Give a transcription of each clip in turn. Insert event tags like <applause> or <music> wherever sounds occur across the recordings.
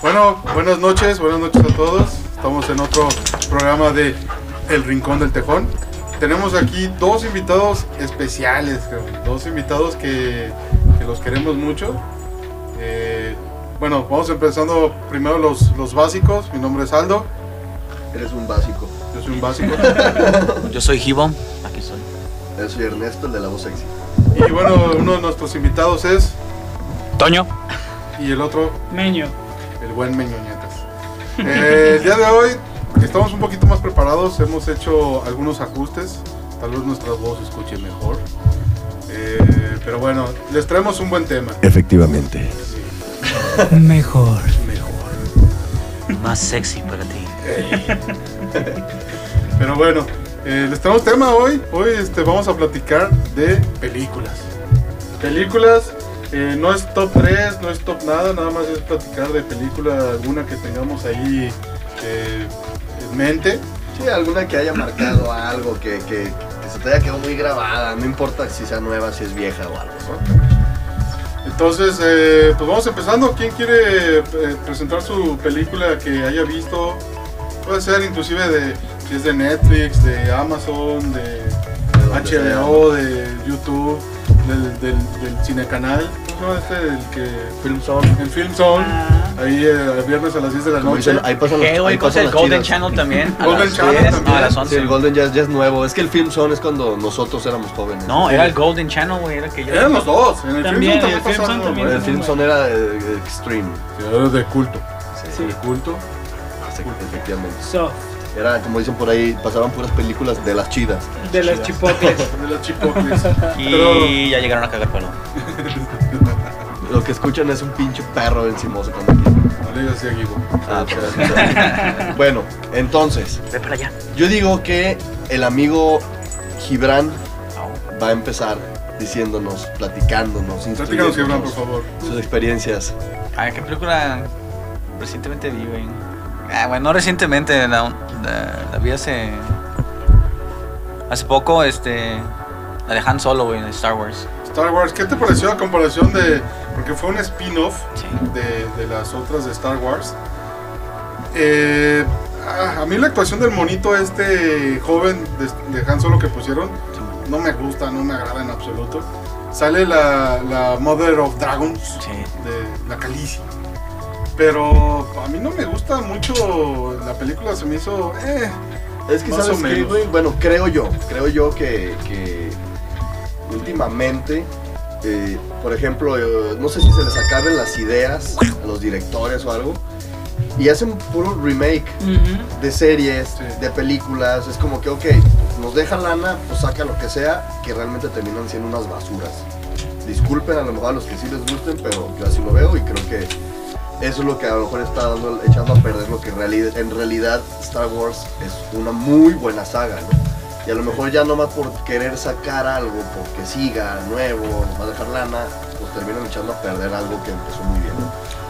Bueno, buenas noches, buenas noches a todos. Estamos en otro programa de El Rincón del Tejón. Tenemos aquí dos invitados especiales, cabrón. dos invitados que, que los queremos mucho. Eh, bueno, vamos empezando primero los, los básicos. Mi nombre es Aldo, Eres un básico. yo soy un básico. Yo soy Gibón, aquí soy. Yo soy Ernesto, el de la voz sexy. Y bueno, uno de nuestros invitados es, Toño. y el otro Meño. el buen Meñoñetas. Eh, el día de hoy estamos un poquito más preparados, hemos hecho algunos ajustes, tal vez nuestra voz se escuche mejor. Eh, pero bueno, les traemos un buen tema. Efectivamente. Sí, Mejor. mejor. Más sexy para ti. Pero bueno, eh, les traemos tema hoy. Hoy este, vamos a platicar de películas. Películas, eh, no es top 3, no es top nada, nada más es platicar de película alguna que tengamos ahí eh, en mente. Sí, alguna que haya <clears throat> marcado algo, que, que- que se te haya quedado muy grabada. No importa si sea nueva, si es vieja o algo. Entonces, eh, pues vamos empezando. ¿Quién quiere eh, presentar su película que haya visto? Puede ser inclusive de si es de Netflix, de Amazon, de De donde sea. HBO, de YouTube, del, del, del cinecanal. ¿Cómo se llama este? El que... El Film Zone. Ah. Ahí eh, viernes a las 10 de la Como noche. dicen, ahí pasan los, ¿Qué, güey? ahí Cosa pasan el las Golden chidas. Channel también. A Golden las Channel 10, también. No, a las Sí, 11. el Golden ya, ya es nuevo. Es que el Film Zone es cuando nosotros éramos jóvenes. No, era el Golden Channel, güey. Era el que yo. Eran los dos. En el También, Film Zone también el Film Zone pasaron, también. güey. El Film Zone era eh, eh, extreme. Era de culto. Sí, Sí. De culto. efectivamente. Soft. Era, como dicen por ahí, pasaban puras películas de las chidas. De las chipocles. De los <laughs> chipocles. Y ya llegaron a cagar palo. Lo que escuchan es un pinche perro encimoso cuando quieren. No le digas así a Guigo. Ah, pues, pues, <laughs> bueno, entonces, Ve para allá. yo digo que el amigo Gibran va a empezar diciéndonos, platicándonos, Platícanos, Gibran, por instruyéndonos favor. sus experiencias. Ah, ¿qué película recientemente vi, güey? Ah, bueno, no recientemente, la, la- la vi hace. Hace poco, este. La de Han Solo, güey, de Star Wars. Star Wars, ¿qué te pareció la comparación de.? Porque fue un spin-off Sí. de, de las otras de Star Wars. Eh, ah, a mí la actuación del monito este joven de, de Han Solo que pusieron no me gusta, no me agrada en absoluto. Sale la, la Mother of Dragons Sí. de la Calicia. Pero a mí no me gusta mucho. La película se me hizo. Eh, Es que Más sabes o qué, menos. güey? bueno, creo yo, creo yo que, que últimamente, eh, por ejemplo, eh, no sé si se les acaben las ideas a los directores o algo, y hacen puro remake Ujú. de series, Sí. de películas, es como que, ok, nos deja lana, pues saca lo que sea, que realmente terminan siendo unas basuras. Disculpen a lo mejor a los que sí les gusten, pero yo así lo veo y creo que eso es lo que a lo mejor está dando, echando a perder lo que en realidad, en realidad Star Wars es una muy buena saga, ¿no? Y a lo mejor ya nomás por querer sacar algo, porque siga, nuevo, va a dejar lana, pues terminan echando a perder algo que empezó muy bien.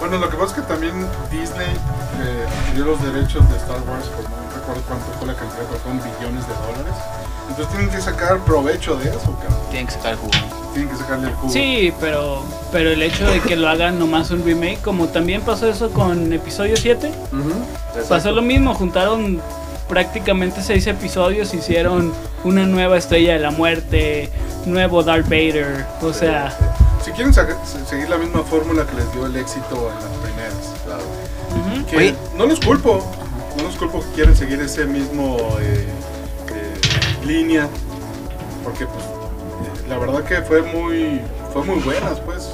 Bueno, lo que pasa es que también Disney eh, adquirió los derechos de Star Wars por no recuerdo cuánto fue la cantidad, pero fueron billones de dólares. Entonces tienen que sacar provecho de eso, cabrón. Tienen que sacar el jugo. Tienen que sacarle el jugo. Sí, pero, pero el hecho de que lo hagan nomás un remake, como también pasó eso con episodio 7, pasó lo mismo, juntaron prácticamente seis episodios, hicieron una nueva estrella de la muerte, nuevo Darth Vader, o sea, Eh, Si quieren saca- se- seguir la misma fórmula que les dio el éxito en las primeras. Claro. ujú, Que Oye. no los culpo. No los culpo que quieren seguir ese mismo eh, eh, línea. Porque pues eh, la verdad que fue muy. fue muy buenas pues.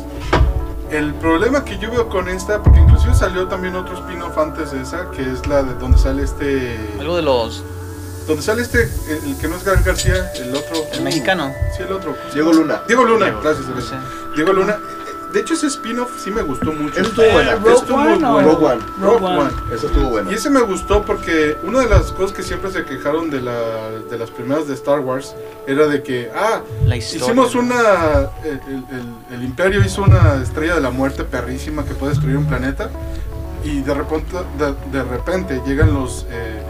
El problema que yo veo con esta, porque inclusive salió también otro spin-off antes de esa, que es la de donde sale este. Algo de los. Donde sale este, el, el que no es Gael García, el otro. El mexicano. Sí, el otro. Diego Luna. Diego Luna, Diego, gracias. no sé. Diego Luna. eh, De hecho, ese spin-off sí me gustó mucho. Eso estuvo buena. Rogue Estuvo muy One o- bueno. Rogue One. Rogue Rogue One. One. Eso estuvo bueno. Y ese me gustó porque una de las cosas que siempre se quejaron de, la- de las primeras de Star Wars era de que, ah, La historia. hicimos una. El, el- el- el Imperio hizo una estrella de la muerte perrísima que puede destruir un planeta. Y de repente, de, de repente llegan los. eh,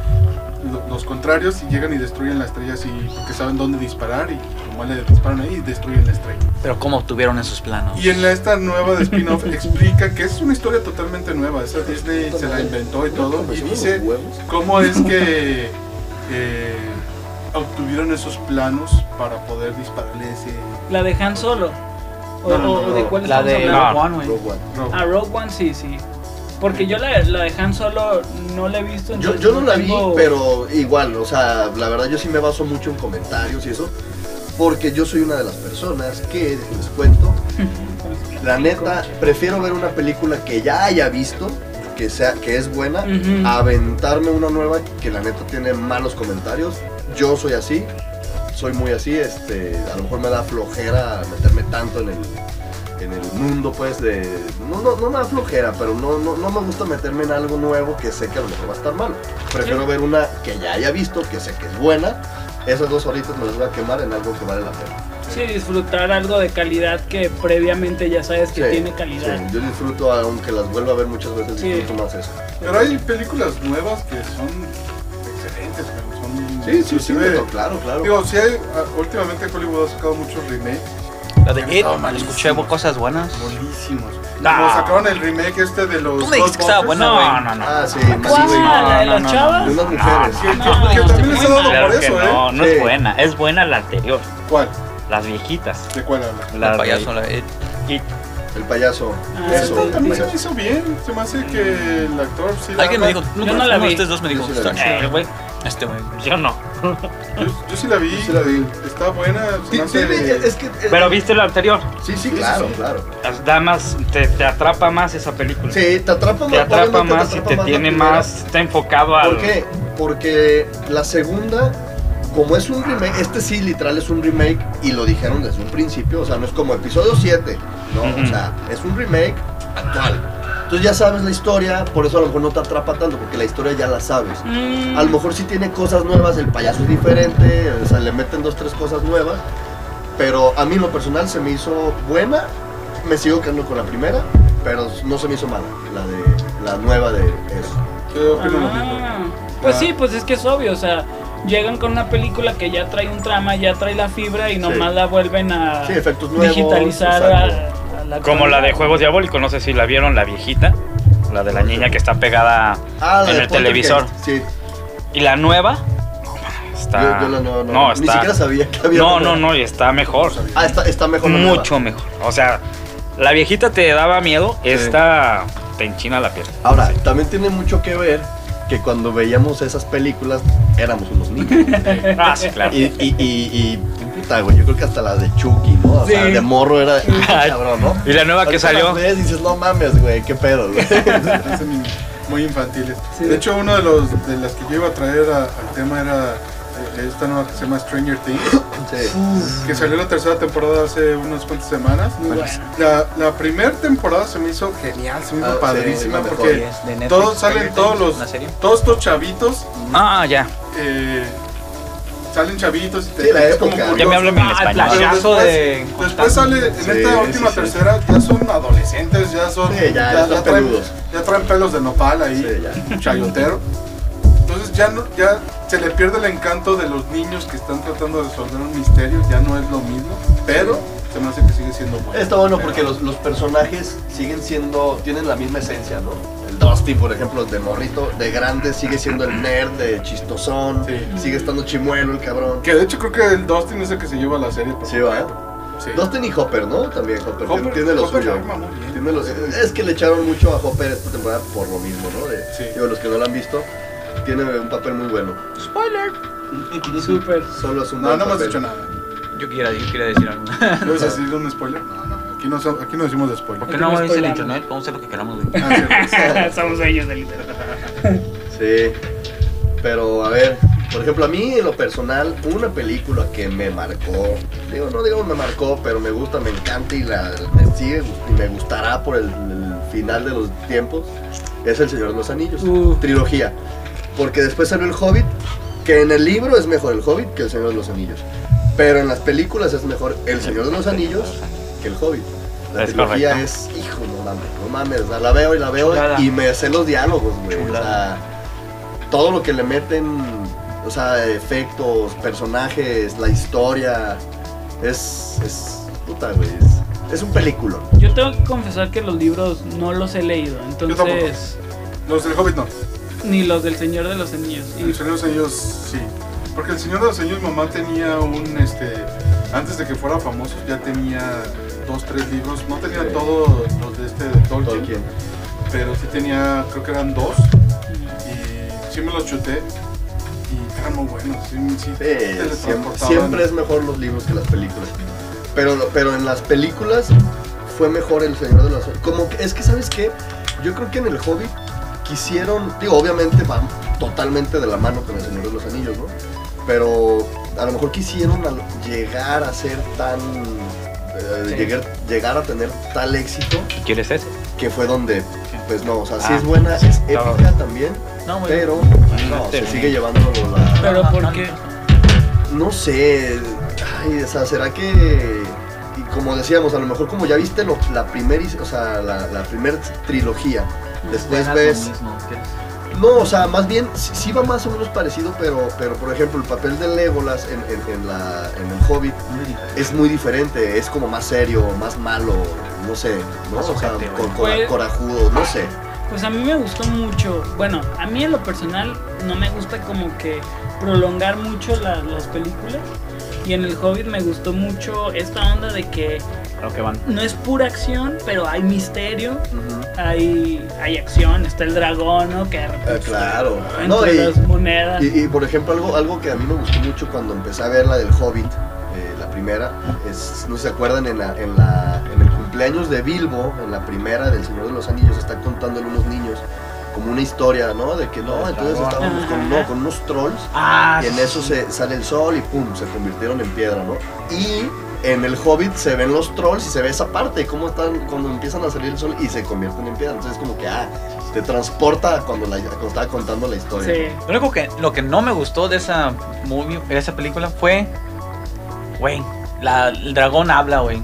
lo- los contrarios y llegan y destruyen la estrella así porque saben dónde disparar y nomás le disparan ahí y destruyen la estrella. Pero ¿cómo obtuvieron esos planos? Y en la- esta nueva de spin-off <laughs> explica que es una historia totalmente nueva. Esa Disney Este se la inventó y todo. Y dice cómo es que eh, obtuvieron esos planos para poder dispararle ese ¿La de Han Solo? ¿O, No, no, no, o- o de no. cuál La estamos de hablando? Rogue One, güey. Rogue One. robo. Ah, Rogue One sí, sí. Porque yo la, la de Han Solo no la he visto. Yo, entonces yo no la vi, tengo- pero igual, o sea, la verdad yo sí me baso mucho en comentarios y eso, porque yo soy una de las personas que, les <laughs> cuento, la neta, prefiero ver una película que ya haya visto, que, sea, que es buena, Ujú. a aventarme una nueva que la neta tiene malos comentarios. Yo soy así, soy muy así, este, a lo mejor me da flojera meterme tanto en el, en el mundo, pues, de... No, no, no me da flojera, pero no, no, no me gusta meterme en algo nuevo que sé que a lo mejor va a estar malo. Prefiero ver una que ya haya visto, que sé que es buena. Esas dos horitas me las voy a quemar en algo que vale la pena. Sí, disfrutar algo de calidad que previamente ya sabes que Sí, tiene calidad. sí, yo disfruto, aunque las vuelva a ver muchas veces, Sí. disfruto más eso. Pero hay películas nuevas que son excelentes, pero son Sí, sí, sí, inclusive- Beto, claro, claro. Digo, sí hay, ah, últimamente Hollywood ha sacado muchos remakes La de It, Estaba malísimo. escuché cosas buenas. buenísimos. No. Como sacaron el remake este de los Tú me dijiste que estaba buena, Ghostbusters. güey. No, no, no. ah, sí, ¿Cuál? sí, no, ¿La de no, las no, chavas? De unas mujeres. Que, No, que- que estoy también les muy he dado mal. Claro por que eso, no, ¿eh? no es Sí. buena. Es buena la anterior, ¿Cuál? las viejitas. ¿De cuál habla? La de- payaso, la de It. y- El payaso. Ah, Esta eso. sí, también el se me payaso. hizo bien. Se me hace que el actor sí. la Alguien me arma. dijo, no, no la uno de vi. ustedes dos me dijo, Yo sí la "Está vi. Eh, chido". güey, este güey. yo no. Yo, yo sí la vi. Sí la vi. Está buena. Se Sí, me sí, hace- es que. eh, Pero viste la anterior. Sí, sí, claro, claro. Las damas te, te atrapa más esa película. Sí, te atrapa más. te atrapa obviamente más y atrapa te la tiene primera. más. Está enfocado al. ¿Por qué? Porque la segunda, como es un remake, este sí literal es un remake y lo dijeron desde un principio, o sea, no es como episodio 7, no, o Ujú. sea, es un remake actual. Entonces ya sabes la historia, por eso a lo mejor no te atrapa tanto, porque la historia ya la sabes. Mm, A lo mejor sí tiene cosas nuevas, el payaso es diferente, o sea, le meten dos, tres cosas nuevas. Pero a mí en lo personal se me hizo buena, me sigo quedando con la primera, pero no se me hizo mala, la de la nueva de eso. ¿Qué opinan los mismos? ah, pues Ah. sí, pues es que es obvio, o sea, llegan con una película que ya trae un trama, ya trae la fibra y nomás la vuelven a Sí, efectos nuevos. digitalizar exacto. a, a la Como la de actualidad. Juegos Diabólicos, no sé si la vieron, la viejita. La de la niña que está pegada Ah, la en de el Poltergeist, televisor. Sí, Y la nueva. no, Está. yo, yo la nueva no, no, ni está. siquiera sabía que había. No, una no, nueva. no, y está mejor. Ah, está, está mejor. la nueva. Mucho mejor. O sea, la viejita te daba miedo, esta te enchina la piel. Ahora, también tiene mucho que ver que cuando veíamos esas películas éramos unos niños. <laughs> Ah, sí, claro. Y, y, y, y puta, güey, yo creo que hasta la de Chucky, ¿no? O sea, Sí. de morro era <laughs> <laughs> de, ah, cabrón, ¿no? Y la nueva que Ahorita las salió. ves y dices, no mames, güey, qué pedo, güey. <laughs> Se me hacen Muy infantiles. Sí. De hecho, uno de, los, de las que yo iba a traer a- al tema era eh, esta nueva que se llama Stranger Things. Sí. que salió la tercera temporada hace unas cuantas semanas. Muy buena. La, la primera temporada se me hizo genial, se me hizo Ah, sí, padrísima la mejor. porque Sí, de Netflix, todos salen Stranger todos Things, una los serie. todos estos chavitos Ah, ya. eh, salen chavitos y te Sí, la es como época. puros- Ya me hablan en Ah, el español. flashazo Pero de. Después sale en Sí, esta sí, última sí. tercera ya son adolescentes, ya son Sí, ya, ya están traen, peludos. ya traen pelos de nopal ahí, Sí, <laughs> ya. chayotero. Entonces ya no, ya se le pierde el encanto de los niños que están tratando de resolver un misterio, ya no es lo mismo, pero se me hace que sigue siendo bueno. Está bueno Pero- porque los, los personajes siguen siendo, tienen la misma esencia, ¿no? El Dusty, por ejemplo, de morrito, de grande, sigue siendo el nerd, de chistosón, Sí. sigue estando chimuelo el cabrón. que de hecho creo que el Dustin es el que se lleva la serie. por Sí, va. completo. Sí. Dustin y Hopper, ¿no? También Hopper, tiene- Hopper- tiene lo Hopper suyo. la arma muy bien. Tiene lo- es que le echaron mucho a Hopper esta temporada por lo mismo, ¿no? De, Sí. digo, los que no lo han visto, tiene un papel muy bueno. Súper. Solo es un No, buen no me has papel. dicho nada. Yo quería, yo quería decir algo. ¿Debes decir un spoiler? No, no, aquí no, so- aquí no decimos de spoiler. <laughs> ¿Por qué no no es el spoileamos. internet? Vamos a hacer lo que queramos, güey. Ah, cierto. Somos ellos del internet. Sí. Pero a ver, por ejemplo, a mí en lo personal, una película que me marcó, digo, no digo me marcó, pero me gusta, me encanta y la, me sigue y me gustará por el, el final de los tiempos, es El Señor de los Anillos, Uh. trilogía. Porque después salió El Hobbit, que en el libro es mejor El Hobbit que El Señor de los Anillos. Pero en las películas es mejor El Señor de los Anillos que El Hobbit. La Es trilogía correcto. es, hijo, no mames, no mames, o sea, la veo y la veo Chulada. y me sé los diálogos, güey. O Chulada. sea, todo lo que le meten, o sea, efectos, personajes, la historia, Es. Es. Puta, güey. Es, es un película. Yo tengo que confesar que los libros no los he leído, entonces Los del Hobbit no. ni los del Señor de los Anillos. Y- El Señor de los Anillos sí. Porque el Señor de los Anillos, mamá tenía un. este Antes de que fuera famoso, ya tenía dos, tres libros. No tenía Sí. todos los de este de Tolkien, Tolkien. pero sí tenía, creo que eran dos. Y sí me los chuté. Y eran muy buenos. Sí, sí, Sí, te siem- siempre, teletransportaban. es mejor los libros que las películas. Pero, pero en las películas fue mejor El Señor de los Anillos. Como que, es que, ¿sabes qué? Yo creo que en El Hobbit quisieron, digo, obviamente van totalmente de la mano con El Señor de los Anillos, ¿no? Pero a lo mejor quisieron al- llegar a ser tan... eh, Sí. llegar, llegar a tener tal éxito ¿Quieres eso? que fue donde, pues no, o sea, sí Ah, es buena, sí, es estaba- épica también, No, güey. pero no, se sí. sigue llevándolo la... Pero porque No sé. Ay, o sea, ¿será que.? Y como decíamos, a lo mejor como ya viste lo- la primera o sea, la, la primer trilogía. Después Ganas lo ves. mismo, ¿quieres? No, o sea, más bien sí, sí va más o menos parecido, pero, pero por ejemplo, el papel de Legolas en, en- en la, en el Hobbit es muy diferente. Es como más serio, más malo, no sé. ¿no? Más O sea, ojete, cor- cora- Pues- corajudo, no sé. Pues a mí me gustó mucho. Bueno, a mí en lo personal no me gusta como que prolongar mucho la- las películas. Y en el Hobbit me gustó mucho esta onda de que A lo que van. no es pura acción, pero hay misterio, hay, hay acción, está el dragón, ¿no? Que de repente Ah, claro. está No, entre y- las monedas. Y, y, por ejemplo, algo, algo que a mí me gustó mucho cuando empecé a ver la del Hobbit, eh, la primera, es, no sé si se acuerdan, en, la, en, la- en el cumpleaños de Bilbo, en la primera del Señor de los Anillos, están contándole unos niños como una historia, ¿no? De que no, entonces estábamos con, no, con unos trolls Ah, y en eso se sale el sol y pum, se convirtieron en piedra, ¿no? Y en el Hobbit se ven los trolls y se ve esa parte, cómo están cuando empiezan a salir el sol y se convierten en piedra. Entonces, como que, ah, te transporta a cuando, la, cuando estaba contando la historia. Sí. Lo único que, lo que no me gustó de esa movie, de esa película fue, güey, la- el dragón habla, güey.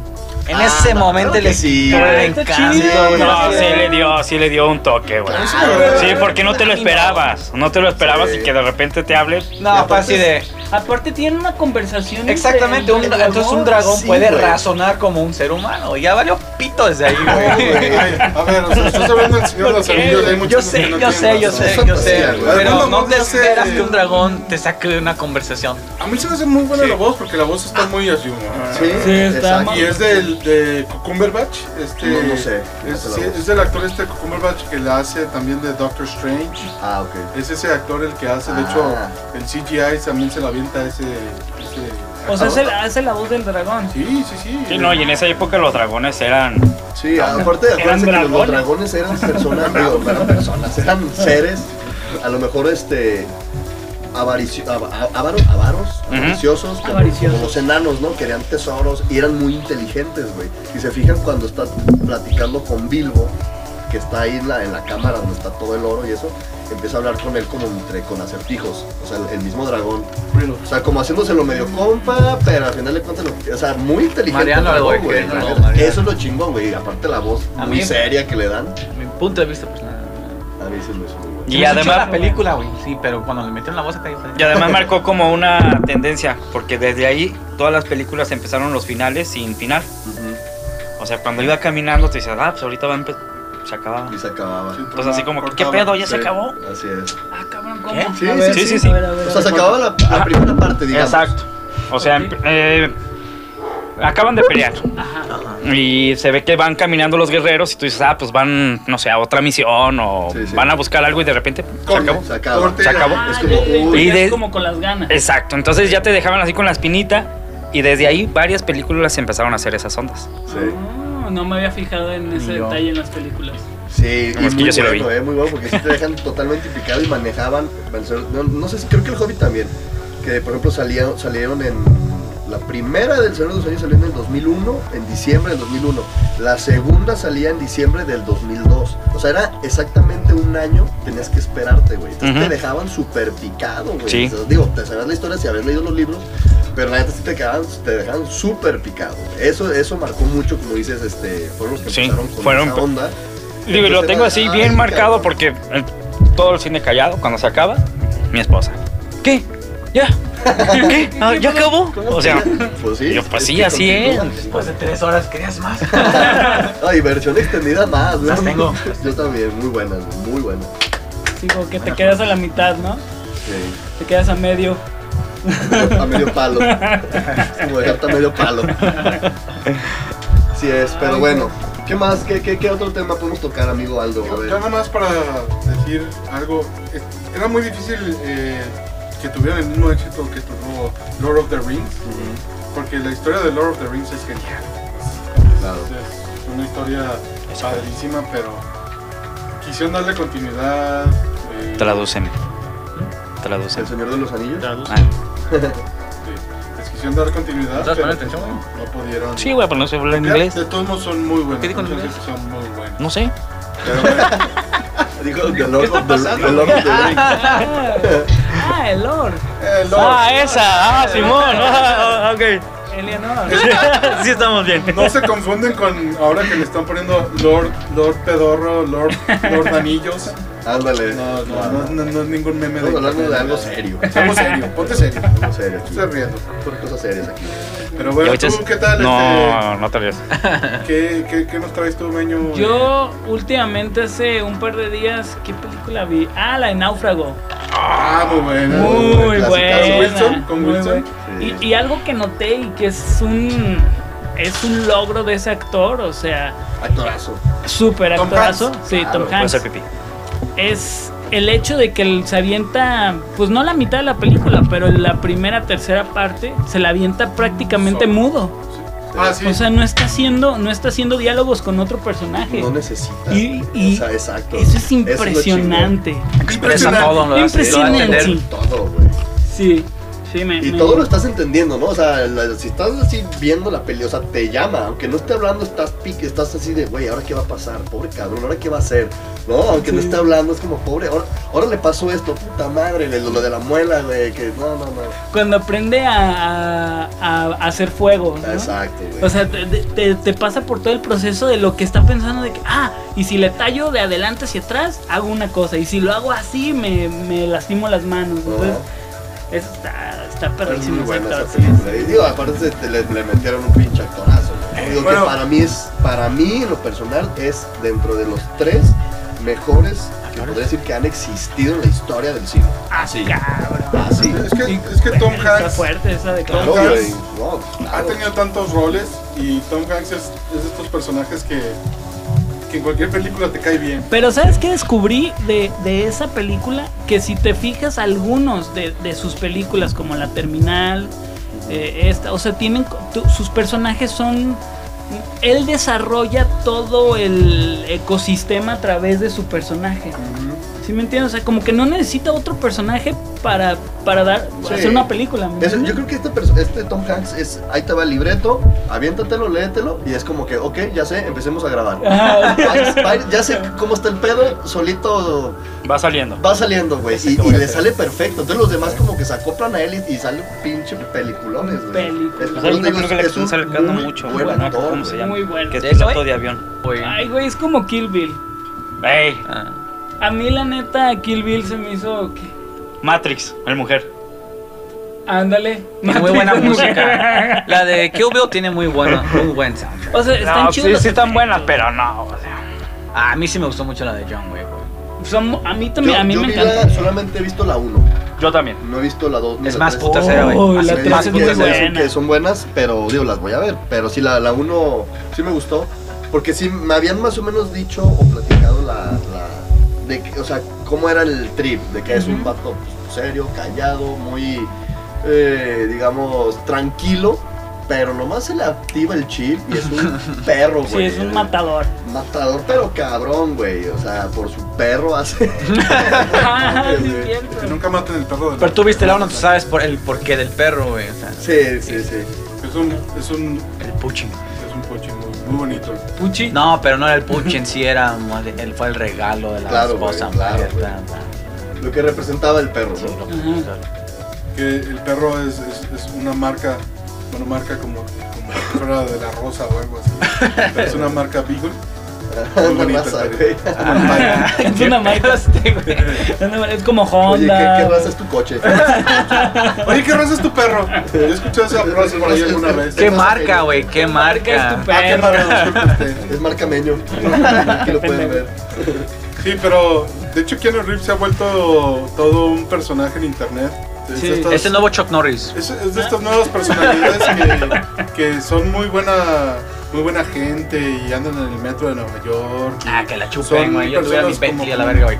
En Ah, ese no, momento claro que le sí, cara güey. de Está encanto, chido, güey. No, Claro. sí le dio, sí le dio un toque, güey. Claro. Sí, porque no te lo esperabas. No te lo esperabas Sí. y que de repente te hables. No, fue así de. Aparte tienen una conversación. entre Exactamente, el un, entonces un dragón Sí, puede güey. razonar como un ser humano. Ya valió pito desde ahí, güey. <laughs> Ay, A ver, o sea, estás hablando del Señor de los ¿Por qué? Anillos. Hay muchas Yo cosas sé, que no yo tienen sé, yo razón. sé, Son yo sé. fantasías, güey. Pero Algunos no te dice- esperas que un dragón te saque de una conversación. A mí se me hace muy buena Sí. la voz porque la voz está muy así. ¿no? Sí, está exacto. mal. Y es del de Cucumberbatch, este No, no sé, no Es, sé la sí, voz. es del actor este Cucumberbatch que la hace también de Doctor Strange. Ah, ok. Es ese actor el que hace, de Ah. hecho, el CGI también se la avienta ese. ese O sea, hace, la- hace la voz del dragón. sí, sí, sí. Sí, no, y en esa época los dragones eran. Sí, aparte acuérdense que los- los dragones eran personas, digo, no eran personas, eran seres, a lo mejor este avaricio, av- av- avaro- avaros, Ujú. avariciosos, como, Avariciosos. como los enanos, ¿no? Querían tesoros y eran muy inteligentes, güey. Si se fijan cuando está platicando con Bilbo, que está ahí en la, en la cámara donde está todo el oro y eso, empieza a hablar con él como entre con acertijos, o sea, el- el mismo dragón. O sea, como haciéndoselo medio compa, pero al final de cuentas, lo- o sea, muy inteligente. Mariano el dragón, Algo, que no, la neta. Mariano. Eso es lo chingón, güey. Aparte la voz A muy mí- seria que le dan. Mi punto de vista personal. A mí se me hizo muy bueno. Y Se me hizo además- chida la película, güey. Sí, pero cuando le metieron la voz acá, yo Y además marcó como una tendencia, porque desde ahí todas las películas empezaron los finales sin final. O sea, cuando iba caminando te dices, ah, pues ahorita va a empezar. Se acababa. Y se acababa. Entonces, Pues así como que, ¿qué Cortaba. pedo? ¿Ya se Sí, acabó? Así es. Ah, cabrón, ¿cómo? ¿Qué? A Sí, ver, sí, sí, sí. a ver, a ver, O a sea, ver. se acababa la, la primera parte, digamos. Exacto. O sea, Ok. eh, acaban de pelear. Ajá. Y se ve que van caminando los guerreros y tú dices, ah, pues van, no sé, a otra misión o Sí, sí. van a buscar algo y de repente se Corte, acabó. Se acaba. corte, Se acabó. Ah, Es como, le- le uy. pegas Y de- como con las ganas. Exacto, entonces ya te dejaban así con la espinita y desde ahí varias películas empezaron a hacer esas ondas. Sí. Ah, no me había fijado en ese yo. detalle en las películas. Sí, No, y es es que muy yo sí lo bueno, eh, muy bueno, porque sí te dejan totalmente picado y manejaban. No, no sé, si- creo que el Hobbit también. Que por ejemplo salieron, salieron en. La primera del Señor de los Anillos salió en el 2001, en diciembre del 2001. La segunda salía en diciembre del 2002. O sea, era exactamente un año, tenías que esperarte, güey. Entonces Ujú. te dejaban súper picado, güey. Sí. O sea, digo, te sabías la historia si habías leído los libros, pero la neta sí te, quedaban, te dejaban súper picado. Eso, eso marcó mucho, como dices, este, fueron los que Sí, empezaron con fueron- esa onda. Digo, y lo tengo ah, así bien marcado porque eh, todo el cine callado, cuando se acaba, mi esposa. ¿Qué? <laughs> ya. ¿Qué? Ah, ¿Ya acabó? O <laughs> sea, Pues sí. yo, pues es sí, que así es. pues. continúan. Después de tres horas querías <laughs> más. Ay, versión extendida más, Las ¿no? tengo. Yo también, muy buenas, muy buenas. Sí, como que te quedas a la mitad, ¿no? Sí. Te quedas a medio. A medio palo. Es como dejarte a medio palo. Sí es, pero bueno. ¿Qué más? ¿Qué, qué, qué otro tema podemos tocar, amigo Aldo? A Yo, yo ver. nada más para decir algo, eh, era muy difícil eh, que tuvieran el mismo éxito que tuvo Lord of the Rings, Ujú, porque la historia de Lord of the Rings es genial. Claro. Es una historia padrísima, pero quisieron darle continuidad. eh, Tradúceme. ¿El Tradúceme. Señor de los Anillos? Ah, sí, les quisieron dar continuidad. ¿Estás pero pues, poniendo atención, güey? No pudieron. Sí, güey, pero no sé hablar en Ya, inglés. De todos modos son muy buenos. ¿Qué dijo en entonces Son muy buenos. No sé. Pero bueno, <laughs> Dijo The Lord of the, pasando? the Lord of the Rings. <laughs> Ah, ah, el Lord. Mm. eh, Lord, Ah, esa. Ah, Simón. eh, Ah, ok. <laughs> <laughs> Eleanor. Sí, estamos bien. No se confunden con ahora que le están poniendo Lord, Lord Pedorro, Lord, <laughs> Lord Anillos. Ándale. No, no, no, no, no es ningún meme Estamos de. hablando de algo <laughs> serio. Seamos serios, ponte serio. Algo serio aquí. Estoy riendo. Por cosas serias aquí. Pero Y bueno, ahorita es- ¿tú qué tal? No, no te rías. Este, ¿qué, qué, ¿Qué nos traes tú, Meño? Yo últimamente hace un par de días, ¿qué película vi? Ah, la de Náufrago. Ah, muy bueno. Muy Clasicazo. buena. ¿Con Wilson? ¿Con muy Wilson? buena. Sí. Y, y algo que noté y que es un es un logro de ese actor, o sea, Actorazo. súper Tom actorazo. Hanks. Sí, Claro, Tom Voy a Hanks. hacer pipí. Es el hecho de que él se avienta, pues no la mitad de la película, pero la primera, tercera parte, se la avienta prácticamente Solo. mudo. Ah, sí. O sea, no está haciendo, no está haciendo diálogos con otro personaje. No necesita. Y- y- o sea, exacto. Eso es lo chingón. impresionante. Expresa todo, lo hace- lo va a Impresionante. entender. Todo, güey. Sí, sí, me. Y me- todo lo estás entendiendo, ¿no? O sea, la- si estás así viendo la peli, o sea, te llama. Aunque no esté hablando, estás pique, estás así de, güey, ¿ahora qué va a pasar? Pobre cabrón, ¿ahora qué va a hacer? No, aunque no Sí. esté hablando, es como, pobre, ahora, ahora le pasó esto, puta madre, le- lo, de la muela, güey, que no, no, no. Cuando aprende a, a- a hacer fuego. ¿no? Exacto, güey. O sea, te, te- te pasa por todo el proceso de lo que está pensando de que, ah, y si le tallo de adelante hacia atrás, hago una cosa. Y si lo hago así, me, me lastimo las manos. No. Entonces, eso está, Es está Oh. muy perrísimo. buena ese esa actor, sí. película. Y digo, aparte se- te le, le metieron un pinche actorazo. ¿no? Digo Bueno. que para mí es, para mí en lo personal es dentro de los tres mejores que podría decir que han existido en la historia del cine. Ah, Sí. cabrón. Ah, sí. Es que, es que Tom Está Hanks fuerte esa Claro, declaración. Tom güey. Hanks No, ha claro. tenido tantos roles y Tom Hanks es, es de estos personajes que, que en cualquier película te cae bien. Pero ¿sabes qué descubrí de, de esa película? Que si te fijas algunos de, de sus películas, como La Terminal, eh, esta, o sea, tienen co- tu- sus personajes son... Él desarrolla todo el ecosistema a través de su personaje. ¿Sí me entiendes? O sea, como que no necesita otro personaje para, para dar, Sí. hacer una película. ¿me Eso, yo entiendes? creo que este, perso- este Tom Hanks es, ahí te va el libreto, aviéntatelo, léetelo, y es como que, ok, ya sé, empecemos a grabar. Ajá. Va- va- ya sé cómo está el pedo, solito Va saliendo. va saliendo, güey, Ese y, que y voy a le hacer. sale perfecto. Entonces los demás como que se acoplan a él y, y salen pinche peliculones, güey. Películas. Es- por Hay eso una digo, película que es le están un sacando muy mucho. buen güey, no, actor, ¿Cómo se güey. llama? Muy bueno. Que es ¿De eso, piloto güey? de avión. Güey. <laughs> Ay, güey, es como Kill Bill. ¡Ey! Ah, A mí la neta, Kill Bill se me hizo... ¿qué? Matrix, el mujer. Ándale. tiene muy <laughs> buena música. La de Kill Bill tiene muy buena, muy buen soundtrack. O sea, están No, chidos sí, los sí están buenas, efectos. pero no. O sea, Ah, a mí sí me gustó mucho la de John Wick, güey. Son- a mí Yo, también, a mí yo me vi la- encanta. solamente he visto la 1, yo también. no he visto la 2. Es más puta cera, güey. Oh, Así la La me tres más es que, muy puta dicen cera. buena. que son buenas, pero digo, las voy a ver. Pero sí, la 1 sí me gustó. Porque sí, me habían más o menos dicho o platicado la. la- de que- o sea, cómo era el trip. De que es un Ujú. vato pues, serio, callado, muy. eh, digamos, tranquilo. Pero nomás se le activa el chip y es un <laughs> perro, Sí, güey. eh. es un matador. Matador, pero cabrón, güey. O sea, por su perro hace. <laughs> Ah, sí, güey. Que cierto. nunca maten el perro del Pero tú viste la uno, tú sabes por el porqué del perro, güey. O sea, Sí, sí, sí. Es un, es un, el puching. es un coche muy, muy bonito. Puchi. No, pero no era el puching, en sí, era, madre- él fue el regalo de la Claro, esposa. güey, claro, madre, güey. bla, bla. Lo que representaba el perro, ¿no? Ajá. Que el perro es, es- es una marca, una marca como, como si fuera de la rosa o algo así. Pero es una marca Beagle. <laughs> Muy Una bonita, raza, Tere. güey. es una marca este, güey. Es una marca- Es como Oye, ¿qué, Honda. ¿qué raza es tu coche? Oye, ¿qué raza es tu perro? Yo escuché esa frase por ahí alguna vez. ¿Qué marca, güey? ¿Qué marca es marca? tu Ah, qué perro? raro, disculpe usted. Es <laughs> marca Meño. Aquí lo pueden ver. Sí, pero de hecho Keanu Reeves se ha vuelto todo un personaje en internet. Es Sí, de estas- Es el nuevo Chuck Norris. es- es de estas nuevas personalidades que, que son muy buena, muy buena gente y andan en el metro de Nueva York. Ah, que la Son chupen, güey. Yo tuviera mi personas Bentley como- a la verga, güey.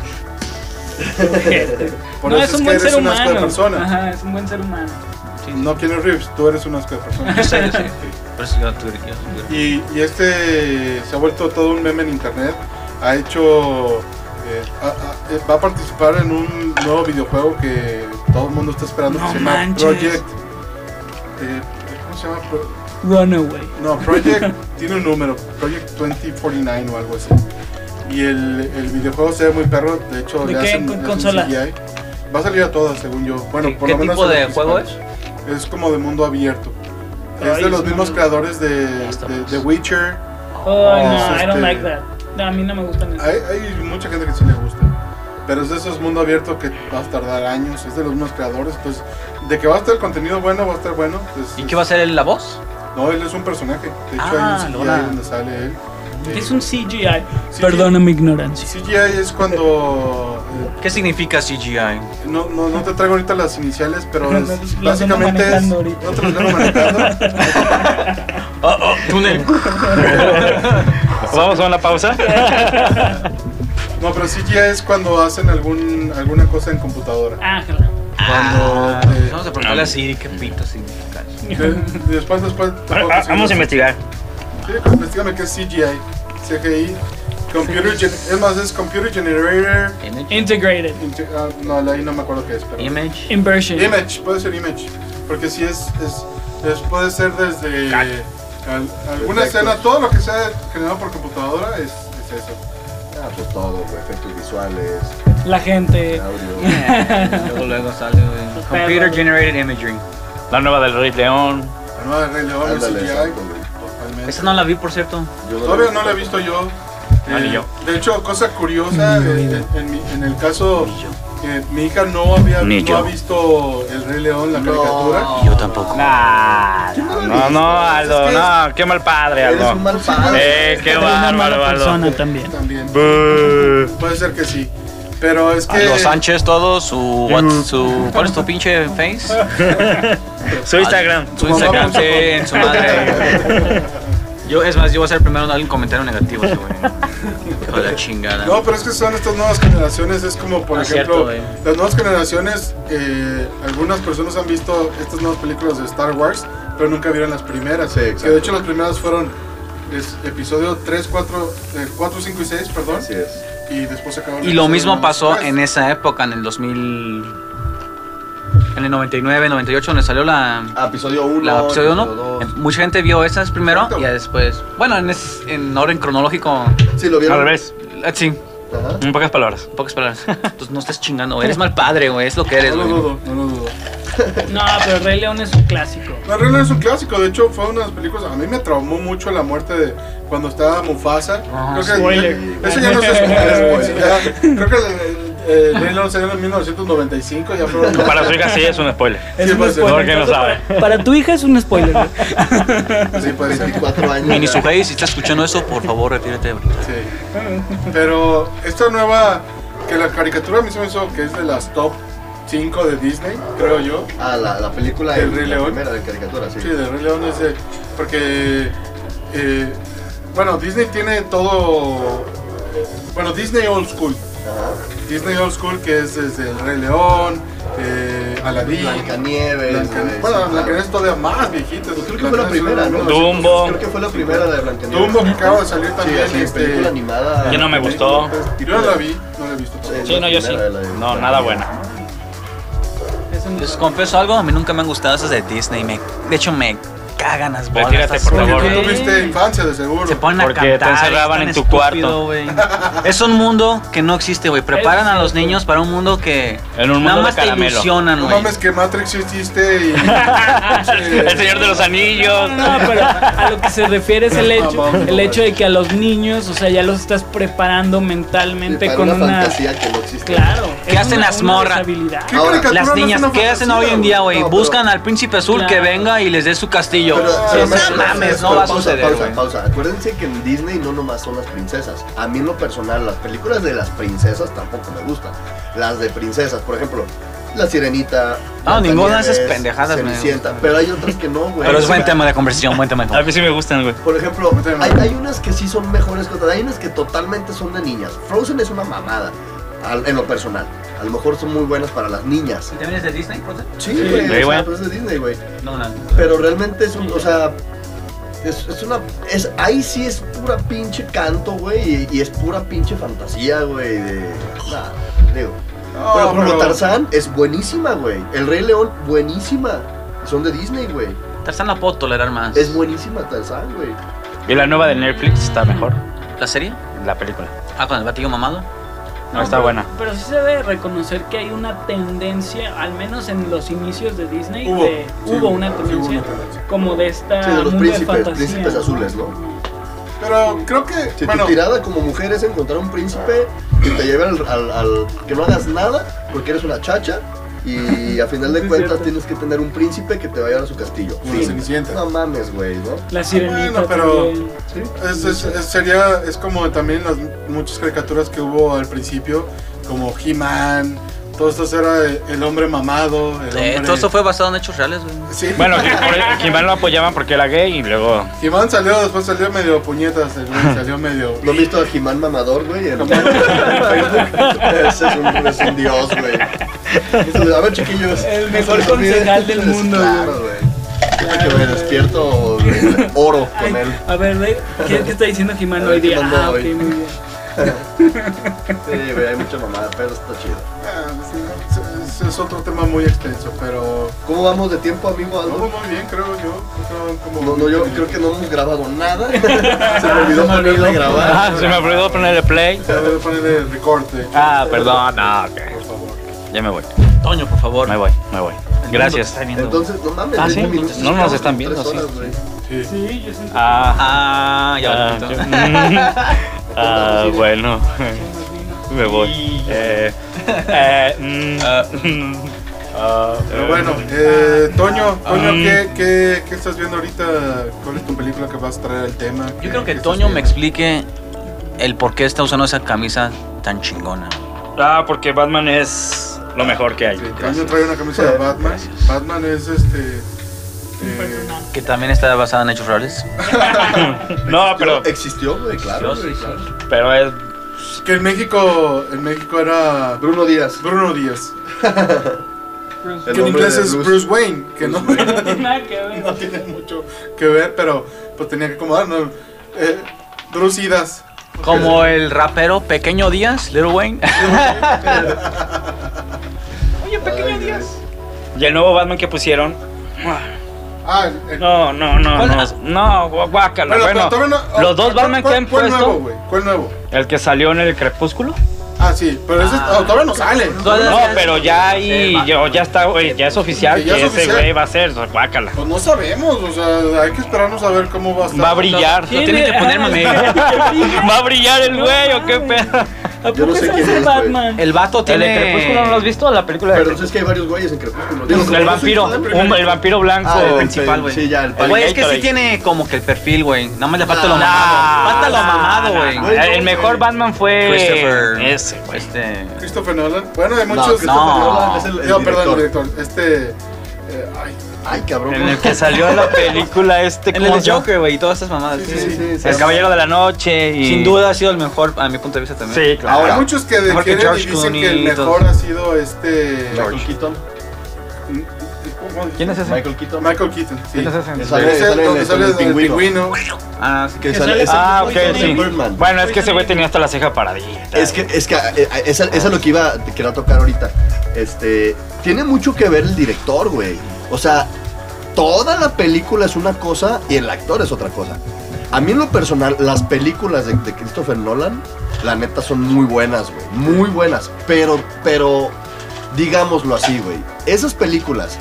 Por no, eso es un buen que eres ser un asco de humano. persona. Ajá, es un buen ser humano. No Keanu Reeves, tú eres un asco de persona. Yo sé, yo sé. Por eso yo tuve- yo- yo- Y, y este se ha vuelto todo un meme en internet. Ha hecho. eh, ha- ha- eh, va a participar en un nuevo videojuego que todo el mundo está esperando No que se manches. llama Project. eh, ¿Cómo se llama? Pro- Runaway. no, <laughs> Project tiene un número, Project 2049 o algo así. Y el, el videojuego se ve muy perro, de hecho ¿De le qué? hacen, ¿Con le hacen consola? CGI. Va a salir a todas, según yo. Bueno, ¿Qué- por ¿Qué lo menos tipo a los de juego es? principales. Es como de mundo abierto. Ay, es de los es mismos una- creadores de, de, estamos. de Witcher. Oh, no, es I don't este- like that. No, a mí no me gustan eso. Hay, hay mucha gente que sí le gusta. Pero es de esos mundo abierto que vas a tardar años. Es de los mismos creadores. Entonces, de que va a estar el contenido bueno, va a estar bueno. pues, ¿Y qué va a ser él, la voz? No, él es un personaje. De hecho, Ah, hay un CGI Lola. donde sale él. ¿Qué Eh, es un CGI? Perdona mi ignorancia. CGI es cuando. eh, ¿Qué significa CGI? no, no, no te traigo ahorita las iniciales, <laughs> pero No, es- no, las ando básicamente es. No manejando ahorita. te las vengo manejando. Oh, oh, <laughs> túnel. Vamos a una pausa. No, pero CGI es cuando hacen algún, alguna cosa en computadora. Ángela. Ah, Cuando, eh, vamos a preguntarle a Siri qué pito significa. eso. De- Después, después. Ah, Vamos a investigar. Sí, investigame pues, qué es CGI. CGI. Computer gen- es más, es Computer Generator. Image. Integrated. inte- ah, no, la I no me acuerdo qué es, pero. Image. Inversion. Image, puede ser Image. Porque si es. es, es- puede ser desde. al- alguna Efectos. escena, todo lo que sea generado por computadora es, es eso. Ah, pues todo, güey. Efectos visuales, La gente. audio. <laughs> luego, luego sale, güey. Computer Generated Imagery. La nueva del Rey León. La nueva de Rey León es Ándale, CGI. exacto, güey. Totalmente. Esa no la vi, por cierto. Yo Todavía no la he visto yo. Eh, No, Ah, ni yo. De hecho, cosa curiosa, eh, en, mi- en el caso que mi hija no había Ni no yo. ha visto El Rey León, la No. caricatura. Yo tampoco. Nah, no, no, Aldo, no, qué mal padre, Eres un Aldo. mal padre. Eh, qué Pero una bárbaro, mala persona Aldo. también. También. Buh. Puede ser que sí. Pero es Ah, que. Aldo Sánchez todo, su, what- su ¿cuál es tu pinche face? Su Instagram. Su Instagram, sí, en su madre. <laughs> Yo, es más, yo voy a hacer primero un- un comentario negativo, ese güey. Hijo de la chingada. No, pero es que son estas nuevas generaciones, es como por Ah, ejemplo, cierto, güey. las nuevas generaciones, eh, algunas personas han visto estas nuevas películas de Star Wars, pero nunca vieron las primeras. Sí, Que exacto. de hecho las primeras fueron es, episodio 3, 4, 4, 5 y 6, perdón. Así es. Y después se acabó el Y lo episodio Pues, mismo número pasó tres. en esa época, en el 2000... En el 99, 98, donde salió la... Ah, episodio 1. La episodio 1. Mucha gente vio esas primero Exacto. y ya después. Bueno, en, es- en orden cronológico. Sí, lo vieron. Al revés, eh, Sí, Ajá. en pocas palabras. pocas <laughs> palabras. Entonces no estás chingando, güey. Eres mal padre, güey. Es lo que eres, No lo güey. dudo, no lo dudo. No, pero Rey León es un clásico. La regla es un clásico, de hecho fue una de las películas, a mí me traumó mucho la muerte de cuando estaba Mufasa. Ah, Creo que- spoiler. Eso ya no se spoiler. Creo que el- el- el Rey León salió en 1995, ya fueron... Para su hija sí es un spoiler. Es Sí, un pues, spoiler. porque no Entonces, sabe. Para, para tu hija es un spoiler. güey. <laughs> Sí, puede ser. 24 pues, años. Mini Sujei, si estás escuchando eso, por favor, retírate. ahorita. <laughs> Sí. Pero esta nueva, que la caricatura a mí se me hizo que es de las top 5 de Disney, creo yo. Ah, la, la película El la Rey León. primera de caricatura, sí. Sí, de Rey León es de- Porque. eh, bueno, Disney tiene todo. Bueno, Disney Old School. Ajá. Disney Old School que es desde El Rey León, eh, Aladdin. Blancanieves. Blanca- güey, bueno, sí, la claro. es todavía más viejita. Creo que fue la primera, ¿no? Dumbo. Creo que fue la primera de Blancanieves. Dumbo que acaba de salir Sí, también. así, este, película animada. Yo no me gustó. Yo no la vi, no la he visto. tampoco. Sí, no, yo sí. la primera de la de No, nada buena. Es un- Les confieso algo, a mí nunca me han gustado esas de Disney. me- de hecho, me cagan las bolas. Retírate, está por Porque favor. tú Sí. tuviste infancia, de seguro. Se ponen Porque a te cantar. es encerraban tan en tu estúpido, cuarto. güey. Es un mundo que no existe, <laughs> güey. Preparan a los niños para un mundo que En un mundo nada de más te caramelo. ilusionan, No güey. mames que Matrix hiciste <laughs> y... El Señor de los Anillos. No, pero a lo que se refiere es el hecho, el hecho de que a los niños, o sea, ya los estás preparando mentalmente para con una, una. fantasía que no existe. Claro. ¿Qué es hacen una- las una morras? deshabilidad. ¿Qué Ahora, caricatura Las no es niñas, una ¿qué hacen fantasía, hoy en día, güey? No, pero- Buscan al príncipe azul Claro. que venga y les dé su castillo. Pero- pero no espera, mames, espera, no va a pausa, suceder, Pausa, güey. pausa. Acuérdense que en Disney no nomás son las princesas. A mí en lo personal, las películas de las princesas tampoco me gustan. Las de princesas, por ejemplo, La Sirenita. Ah, ninguna de esas Blancanieves, pendejadas me Cenicienta. gustan. Pero hay otras que no, güey. Pero es buen tema de conversación, buen tema de A conversación. mí sí me gustan, güey. Por ejemplo, Yo también. hay, hay unas que sí son mejores que otras. Hay unas que totalmente son de niñas. Frozen es una mamada, al- en lo personal. A lo mejor son muy buenas para las niñas. ¿También es de Disney, por cierto? Sí, Sí, güey. güey. o sea, pero es de Disney, güey. No, no. no. Pero realmente es un, o sea, es, es una, es, ahí sí es pura pinche canto, güey, y, y es pura pinche fantasía, güey, de, nah, digo. No, pero como pero- Tarzán es buenísima, güey, El Rey León, buenísima, son de Disney, güey, Tarzán la puedo tolerar más. es buenísima Tarzán, güey. Y la nueva de Netflix está mejor. ¿La serie? La película. Ah, con el batillo mamado. No, está pero- buena. Pero sí se debe reconocer que hay una tendencia, al menos en los inicios de Disney, Hubo. de- Sí, hubo una sí, hubo tendencia una tendencia. como de esta Sí, de los mundo príncipes, fantasía. príncipes azules, ¿no? Pero creo que... Si bueno, tu tirada como mujer es encontrar un príncipe que te lleve al, al- al- que no hagas nada porque eres una chacha y a final de Sí, es cuentas cierto. tienes que tener un príncipe que te vaya a su castillo. Una Fin. Cenicienta. No mames, güey, ¿no? La sirenita. Bueno, pero- también. Sí. Es, es- es- sería, es como también las muchas caricaturas que hubo al principio, como He-Man, todo esto era el, el hombre mamado. El Eh, hombre... todo esto fue basado en hechos reales, güey. Sí. Bueno, que por Jimán lo apoyaban porque era gay y luego. <laughs> He-Man salió, después salió medio puñetas, el güey, salió <laughs> medio. ¿No han visto a Jimán Mamador, güey? En Facebook. Ese es un, es un dios, güey. Entonces, A ver, chiquillos. El mejor concejal del mundo, Claro, güey. Siempre que me despierto, güey, oro Ay, con él. a ver, ve, ¿qué, qué está diciendo Jimán A hoy ver, día? ¿qué mandó Ah, ok, hoy? muy bien. Sí, güey, hay mucha mamada, pero está chido. Ah, sí, es, es otro tema muy extenso, pero. ¿Cómo vamos de tiempo, amigo Aldo? Vamos muy bien, creo yo. creo como No, no, yo creo que no hemos grabado nada. Se me <laughs> olvidó ponerlo a grabar. Ah, se me olvidó ponerle play. Se debe poner el recorte. Ah, perdón, no, Por favor. Ya me voy, Toño, por favor. me voy, me voy. Gracias. Entonces, no mames. Ah, 20 sí, minutos, no nos están tres viendo, sí. horas, güey. Sí. Sí, yo siento Ah, Ah, ya ah, bonito. yo- <laughs> Mm. Ah, bueno. Me voy. Eh, eh, mm, ah, Pero eh, bueno, eh, Toño, Toño, Ah. ¿qué, qué, qué estás viendo ahorita? ¿Cuál es tu película que vas a traer al tema? Yo creo que ¿Qué Toño estás me viendo? explique el por qué está usando esa camisa tan chingona. Ah, porque Batman es lo mejor que hay. Sí, Toño trae una camisa de Batman. Batman es este. eh, Que también está basada en hechos reales. No, pero, eh, Existió, güey, claro. güey, claro. pero es. que en México, en México era Bruno Díaz. Bruno Díaz. el que en hombre inglés de es blues. Bruce Wayne, que no, No tiene nada que <laughs> ver. <laughs> no tiene mucho que ver, pero pues tenía que acomodar. ¿no? Eh, Bruce Idas. Como el rapero Pequeño Díaz, Little Wayne. Oye, Ay, pequeño güey. Dios. Y el nuevo Batman que pusieron. Ah, el- No, no, no, ¿Cuál? no. No, guá- guácala. pero- pero Bueno, todavía no- los dos ¿cuál- Batman que cuál- han ¿Cuál nuevo, puesto. güey? ¿Cuál nuevo? El que salió en el crepúsculo. Ah, sí, pero ese Ah. oh, todavía no sale. Todavía- <laughs> No, pero ya Sí, ahí. va. Ya, ya está, güey, Ya es oficial Sí, ya que es ese oficial. güey va a ser. Guácala. Pues no sabemos, o sea, hay que esperarnos a ver cómo va a estar. Va a brillar. Lo tienen que poner, mami. ¿Va a brillar el güey o qué pedo? ¿A Yo no poco sé se quién hace es, güey. <laughs> Batman? El vato ¿El tiene. de Crepúsculo no lo has visto? La película de Pero pues es que hay varios güeyes en Crepúsculo. Digo, Crepúsculo. como El yo soy vampiro. fan del un- el vampiro blanco. Ah, el principal, güey. Sí, ya, el Güey, es que Gatorade. sí tiene como que el perfil, güey. Nada más le falta lo Ah, mamado. Falta lo Ah, mamado, no, güey. no, no. El mejor Batman fue. Christopher. Ese, güey. Este. Christopher Nolan. Bueno, hay No, muchos. Christopher no. Nolan es el- el no, perdón, director. director. Este. eh, ay, Ay, cabrón. En el que salió <laughs> la película este. En ¿cómo el se llama? Joker, güey, y todas estas mamadas. Sí, sí, sí. El Caballero de la Noche. Y... Sin duda ha sido el mejor, a mi punto de vista también. Sí, claro. Hay Ahora, muchos que mejor que defienden y George dicen Clooney que el y mejor todo. ha sido este. Michael Keaton. ¿Cómo? ¿Quién es ese? Michael Keaton. Michael Keaton. Sí. ¿Quién es ese? Que Ese es el donde sale en el pingüino. Ah, sí que Que Que sale sale- es el- Ah, es ok, el sí. Birdman. Bueno, es que ese güey tenía hasta la ceja paradilla. Es que, es que a- a- esa, esa es lo que iba, te quería tocar ahorita. Este, tiene mucho que ver el director, güey. O sea, toda la película es una cosa y el actor es otra cosa. A mí en lo personal, las películas de, de Christopher Nolan, la neta, son muy buenas, güey. Muy buenas. Pero, pero, digámoslo así, güey. Esas películas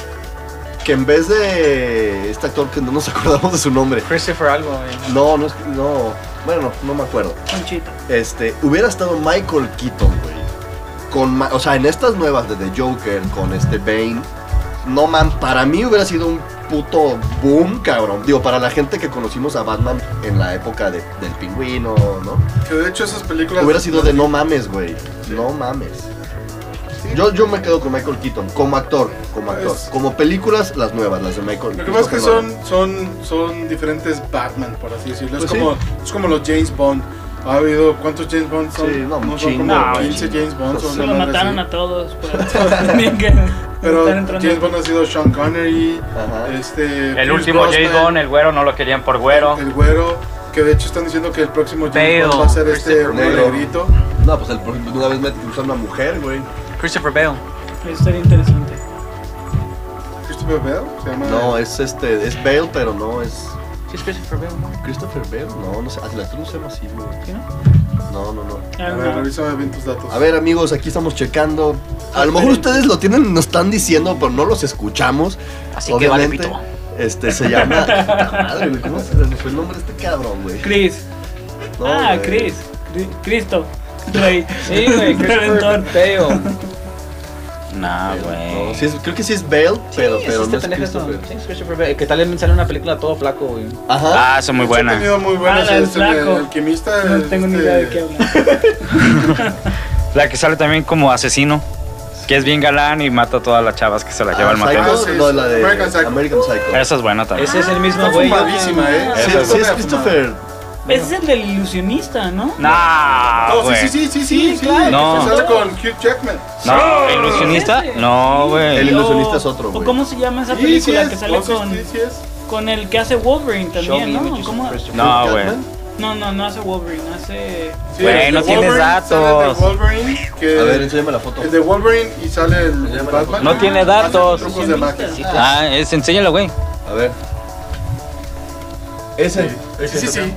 que en vez de este actor que no nos <laughs> acordamos de su nombre. Christopher algo, güey. No, no, es- no. Bueno, no me acuerdo. Conchita. Este, hubiera estado Michael Keaton, güey. Con, ma- o sea, en estas nuevas de The Joker, con este Bane. No, man, para mí hubiera sido un puto boom, cabrón. Digo, para la gente que conocimos a Batman en la época de- del pingüino, ¿no? Que de hecho esas películas. Hubiera sido de no mames, güey. No mames. Sí. Yo, yo me quedo con Michael Keaton, como actor, como actor. Pues- Como películas, las nuevas, las de Michael Lo que pasa es que Christopher Nolan. son, son, son diferentes Batman, por así decirlo. Pues es, como, es como los James Bond. Ha habido. ¿Cuántos James Bond son? Sí, no, un son chingo, Pues como no, 15 chingo. James Bond. No sé. Se lo mataron a todos. pues. <laughs> <laughs> Pero Pero James Bond ha sido Sean Connery. Ajá. Este, El Pierce último James Brosnan, Bond, el güero, no lo querían por güero. El güero. Que de hecho están diciendo que el próximo James Bale, Bond va a ser este Christopher Bale. negrito. No, pues el, por ejemplo, una vez me a una mujer, güey. Christopher Bale. Eso sería interesante. Christopher Bale se llama. No, es este, es Bale, pero no es. Sí, es Christopher Bale. Christopher Bale, no, no sé, hasta la no se llama así, güey. ¿Sí, no? No, no, no. Ah, A ver, no. revísame bien tus datos. A ver, amigos, aquí estamos checando. A lo mejor ustedes lo tienen, nos están diciendo, pero no los escuchamos. Así que vale pito. Este se llama. Puta Madre, güey, ¿cómo se le fue el nombre de este cabrón, güey? Chris. No, ah, güey. Chris. Cri- Cristo. <laughs> Rey. Sí, <laughs> güey, Christopher Redentor. Bale. Ah, Nah, No, güey. sí es- creo que sí es Bale, pero, pero no es Christopher. Sí, es Christopher Bale. Que tal vez sale una película todo flaco, güey. Ajá. Ah, son muy Ha buenas. tenido muy buenas. Ah, la del este, el, flaco. alquimista. No tengo ni este, idea de qué hablan. La que sale también como asesino, que es bien galán y mata a todas las chavas que se la lleva Ah, el mateo. Psycho, Ah, sí, no, la de American Psycho. American Psycho. Esa es buena también. Ese es el mismo Está güey. fumadísima, eh. Sí, Esa es sí, es una Christopher. Ese es el del ilusionista, ¿no? Nah, No, güey. Ah, sí, sí, sí, sí, Sí, sí, claro, Ah, No. Empezar con Hugh Jackman. No, ilusionista. Ese. No, El güey. ilusionista O- es otro, ¿O güey. cómo se llama esa Sí, sí película es, que sale Oh, no, sí, con, sí, sí es. con el que hace Wolverine también, ¿no? ¿Cómo? No, güey. No, no, no hace Wolverine, hace... Sí, Güey, el no de tienes Wolverine, datos. sale el de Wolverine, que A ver, enséñame la foto. el de Wolverine y sale el Enséñame la Batman. foto. No tiene Hacen datos. Trucos de magia. Sí, Ah, Ah, es, enséñalo, güey. A ver. Ese. Sí, sí, sí.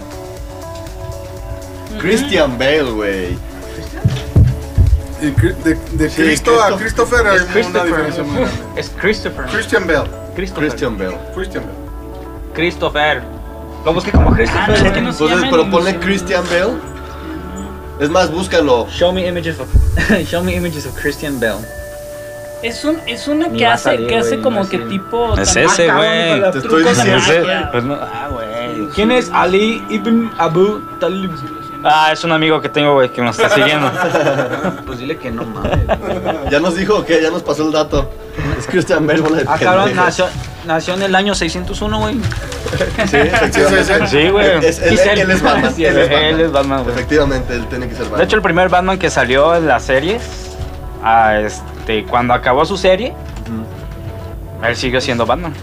Christian Bale, güey. Y cri- De, de Sí, Cristo a Christopher hay Es una diferencia muy Christopher. grande. Es Christopher. Christian Bale. Christopher. Christian Bale. Christian Bale. Christopher. Lo busqué como Ah, no, es que Christopher. no se Entonces, llama el pero ponle ilusionista. Christian Bale. Es más, búscalo. Show me images of <laughs> Show me images of Christian Bale. Es, un, es una Ni que va a hace, salir, que hace güey, como no que sé. tipo... Es tan- ese, Ah, güey. Te estoy trucos de diciendo. Ese- magia. pues no- ah, güey. ¿Quién es Ali ibn Abu <laughs> Talib? Ah, es un amigo que tengo, güey, que nos está siguiendo. Pues dile que no mames. Ya nos dijo que ya nos pasó el dato. Es Christian Bale, bola de Ah, cabrón, pendejos. nació, nació en el año 601, güey. Sí, efectivamente. Sí, güey. Es- él- Y se- él es Batman, Sí, él es Batman. Él es Batman, güey. Efectivamente, él tiene que ser Batman. De hecho, el primer Batman que salió en las series, ah, este, cuando acabó su serie, él siguió siendo Batman.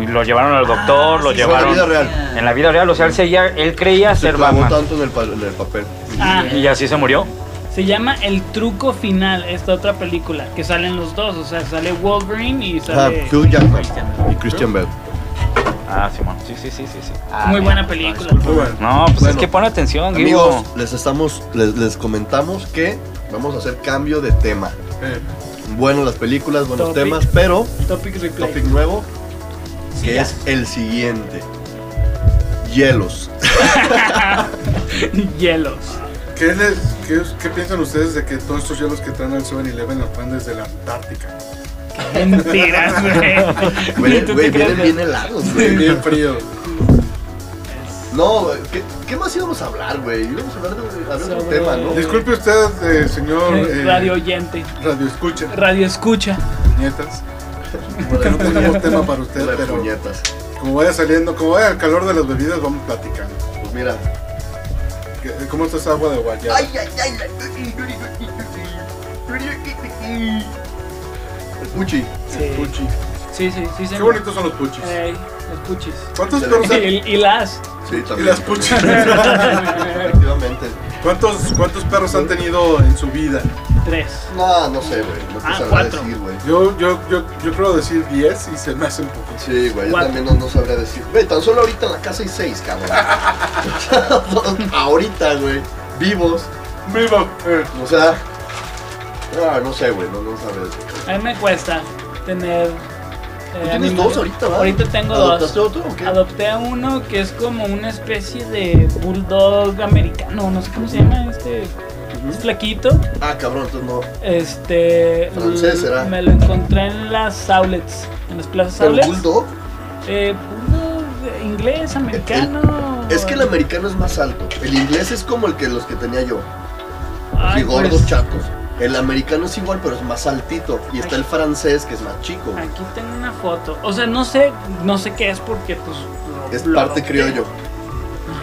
Y Lo llevaron al doctor, Ah, lo Fue sí, en la llevaron. vida real. En la vida real, o sea, él, seguía, él creía Se ser clavó Batman. tanto en el, pa- en el papel. Ah, Y así se murió. se llama El Truco Final, esta otra película, que salen los dos, o sea, sale Wolverine y Ah, sale... Hugh Jackman y Christian Bale. Ah, Simón. Sí, Ah, sí, sí, sí. sí. Muy buena película. Muy bueno. No, pues Bueno. es que pon atención, Guido. Amigos, les estamos, les, les comentamos que vamos a hacer cambio de tema. Eh, Bueno, las películas, buenos Topic. temas, pero Topic Replay. topic nuevo que es el siguiente. <laughs> Hielos. Hielos. ¿Qué, les, qué, qué piensan ustedes de que todos estos hielos que traen al 7-Eleven los traen desde la <laughs> Antártica? Mentiras, güey. Ni <laughs> Güey, tú güey, te creas, vienen bien helados, güey. Bien frío. No, güey, ¿qué, ¿qué más íbamos a hablar, güey? Íbamos a hablar de, hablar de otro Sobre- tema, ¿no? Disculpe usted, eh, señor eh, Radio oyente, radio escucha, radio escucha. nietas. No tenemos tema para usted, Las pero puñetas. como vaya saliendo, como vaya el calor de las bebidas, vamos platicando. Pues mira. ¿Qué- ¿Cómo está esa agua de guayaba? Ay, ay, ay, ay. El Puchi. Sí, Puchi. sí, sí, sí, Qué señor. bonitos son los puchis. Ey, los puchis. ¿Cuántos Sí. perros hay? <laughs> Y, y <laughs> las. Sí, Y también. las puchis. <laughs> Efectivamente. ¿Cuántos, ¿Cuántos perros han tenido en su vida? Tres. No, no sé, güey. No te Ah, sabré cuatro. decir, güey. Yo, yo, yo, yo creo decir 10 y se me hace un poquito. Sí, güey, yo Cuatro. también no, no sabré decir. Güey, tan solo ahorita en la casa hay seis, cabrón. <laughs> ahorita, güey. Vivos. Vivo. eh. O sea. ah, no sé, güey, no, no sabré decir. A mí me cuesta tener. eh, ¿Tú Pues tienes animales. dos ahorita, va? Ahorita tengo ¿Adoptaste dos. otro o qué? Adopté a uno que es como una especie de bulldog americano, no sé cómo se llama este. Es flaquito. Ah, cabrón, entonces no. Este. Francés, l- ¿será? Me lo encontré en las outlets. En las plazas ¿Pero outlets. bulldog? Eh, bulldog eh, inglés, americano. <laughs> Es que el americano es más alto. El inglés es como el que los que tenía yo. Ay, Y gordos, pues, chacos. El americano es igual, pero es más altito. Y está Ay. el francés, que es más chico. güey. Aquí tengo una foto. O sea, no sé, no sé qué es porque pues. lo- Es lo parte adopté. criollo.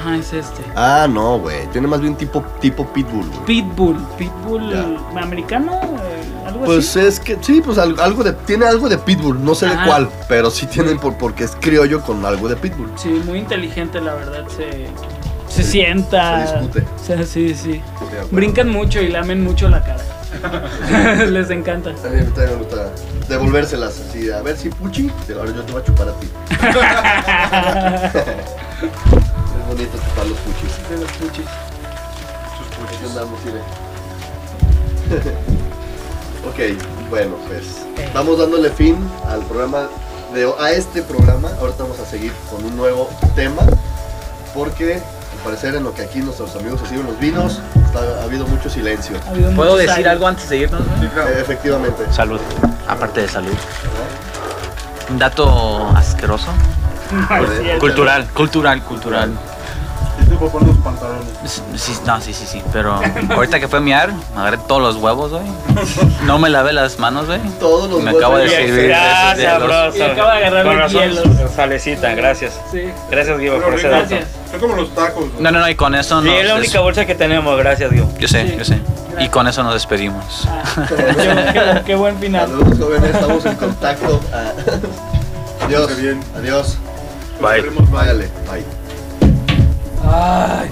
Ajá, es este. Ah, no, güey. Tiene más bien tipo, tipo pitbull, güey. Pitbull. Pitbull Ya. americano, eh, algo Pues así. es que, sí, pues al- algo, de, tiene algo de pitbull, no sé Ajá. de cuál, pero sí tienen por, porque es criollo con algo de pitbull. Sí, muy inteligente, la verdad. Se, se sienta. se discute. O sea, sí, sí. Sí, a huevo. Brincan mucho y lamen mucho la cara. Les encanta. A mí también me gusta devolvérselas así, a ver si puchi, te- ahora yo te voy a chupar a <laughs> ti. es bonito chupar los puchis. De los puchis. Sus Aquí puchis. andamos, mire. <laughs> ok, bueno, pues vamos dándole fin al programa de a este programa. Ahorita vamos a seguir con un nuevo tema porque al parecer en lo que aquí nuestros amigos se sirven los vinos está- ha habido mucho silencio. Ha habido ¿Puedo muchos decir años. algo antes de irnos? güey? Sí, claro. Eh, efectivamente. Salud. Aparte de salud. Un dato asqueroso. <laughs> No, es cierto. Cultural, cultural, cultural. Yo te voy a poner los pantalones. S- Sí, no, sí, sí, sí. Pero ahorita que fue a miar, me agarré todos los huevos, güey. No me lavé las manos, güey. Todos los Me acabo golpes- de Bien, servir gracias, de esos de sabroso. Y acaba de agarrar Con los razón, hielos. Salecita, gracias. Sí. Gracias, Guivo, Pero por ese rico. dato. Gracias. Son como los tacos. No, no, no, y con eso Sí, nos es la única des- bolsa que tenemos, gracias, Guivo. Yo sé, Sí. yo sé. Y con eso nos despedimos. Ah, qué, qué buen final. Saludos jóvenes, estamos en contacto. Ah. <laughs> Adiós. Bien. Adiós. Bye. Váyale. Bye. Ay.